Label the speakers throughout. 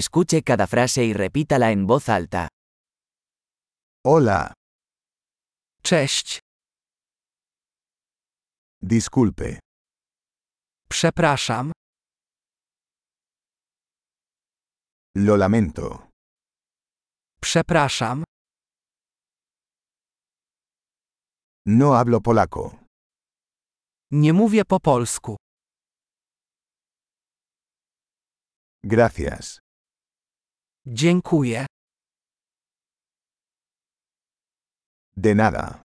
Speaker 1: Escuche cada frase y repítala en voz alta.
Speaker 2: Hola,
Speaker 3: Cześć,
Speaker 2: disculpe,
Speaker 3: przepraszam,
Speaker 2: lo lamento,
Speaker 3: przepraszam,
Speaker 2: no hablo polaco,
Speaker 3: nie mówię po polsku.
Speaker 2: gracias,
Speaker 3: Dziękuję,
Speaker 2: de nada,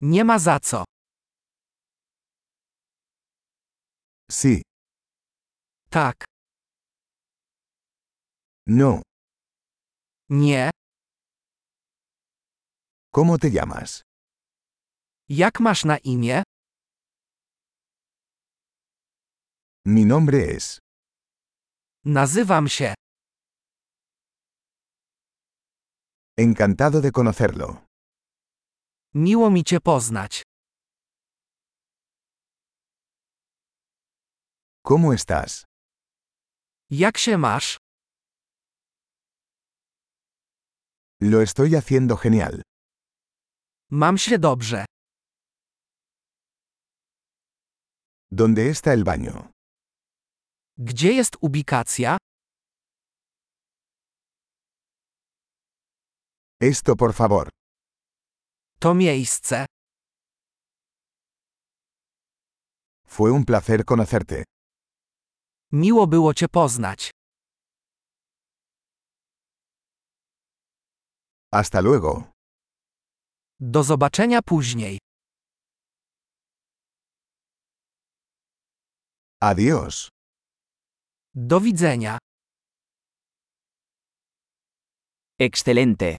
Speaker 3: nie ma za co.
Speaker 2: sí,
Speaker 3: Tak,
Speaker 2: no,
Speaker 3: nie,
Speaker 2: ¿cómo te llamas?
Speaker 3: jak masz na imię?
Speaker 2: Mi nombre es,
Speaker 3: Nazywam się.
Speaker 2: encantado de conocerlo,
Speaker 3: Miło mi cię poznać.
Speaker 2: ¿cómo estás?
Speaker 3: Jak się masz?
Speaker 2: Lo estoy haciendo genial,
Speaker 3: Mam się dobrze.
Speaker 2: ¿dónde está el baño?
Speaker 3: Gdzie jest ubikacja?
Speaker 2: Esto por favor,
Speaker 3: To miejsce.
Speaker 2: fue un placer conocerte,
Speaker 3: Miło było cię poznać.
Speaker 2: hasta luego.
Speaker 3: Do zobaczenia później.
Speaker 2: Adiós.
Speaker 3: Do widzenia.
Speaker 1: Excelente.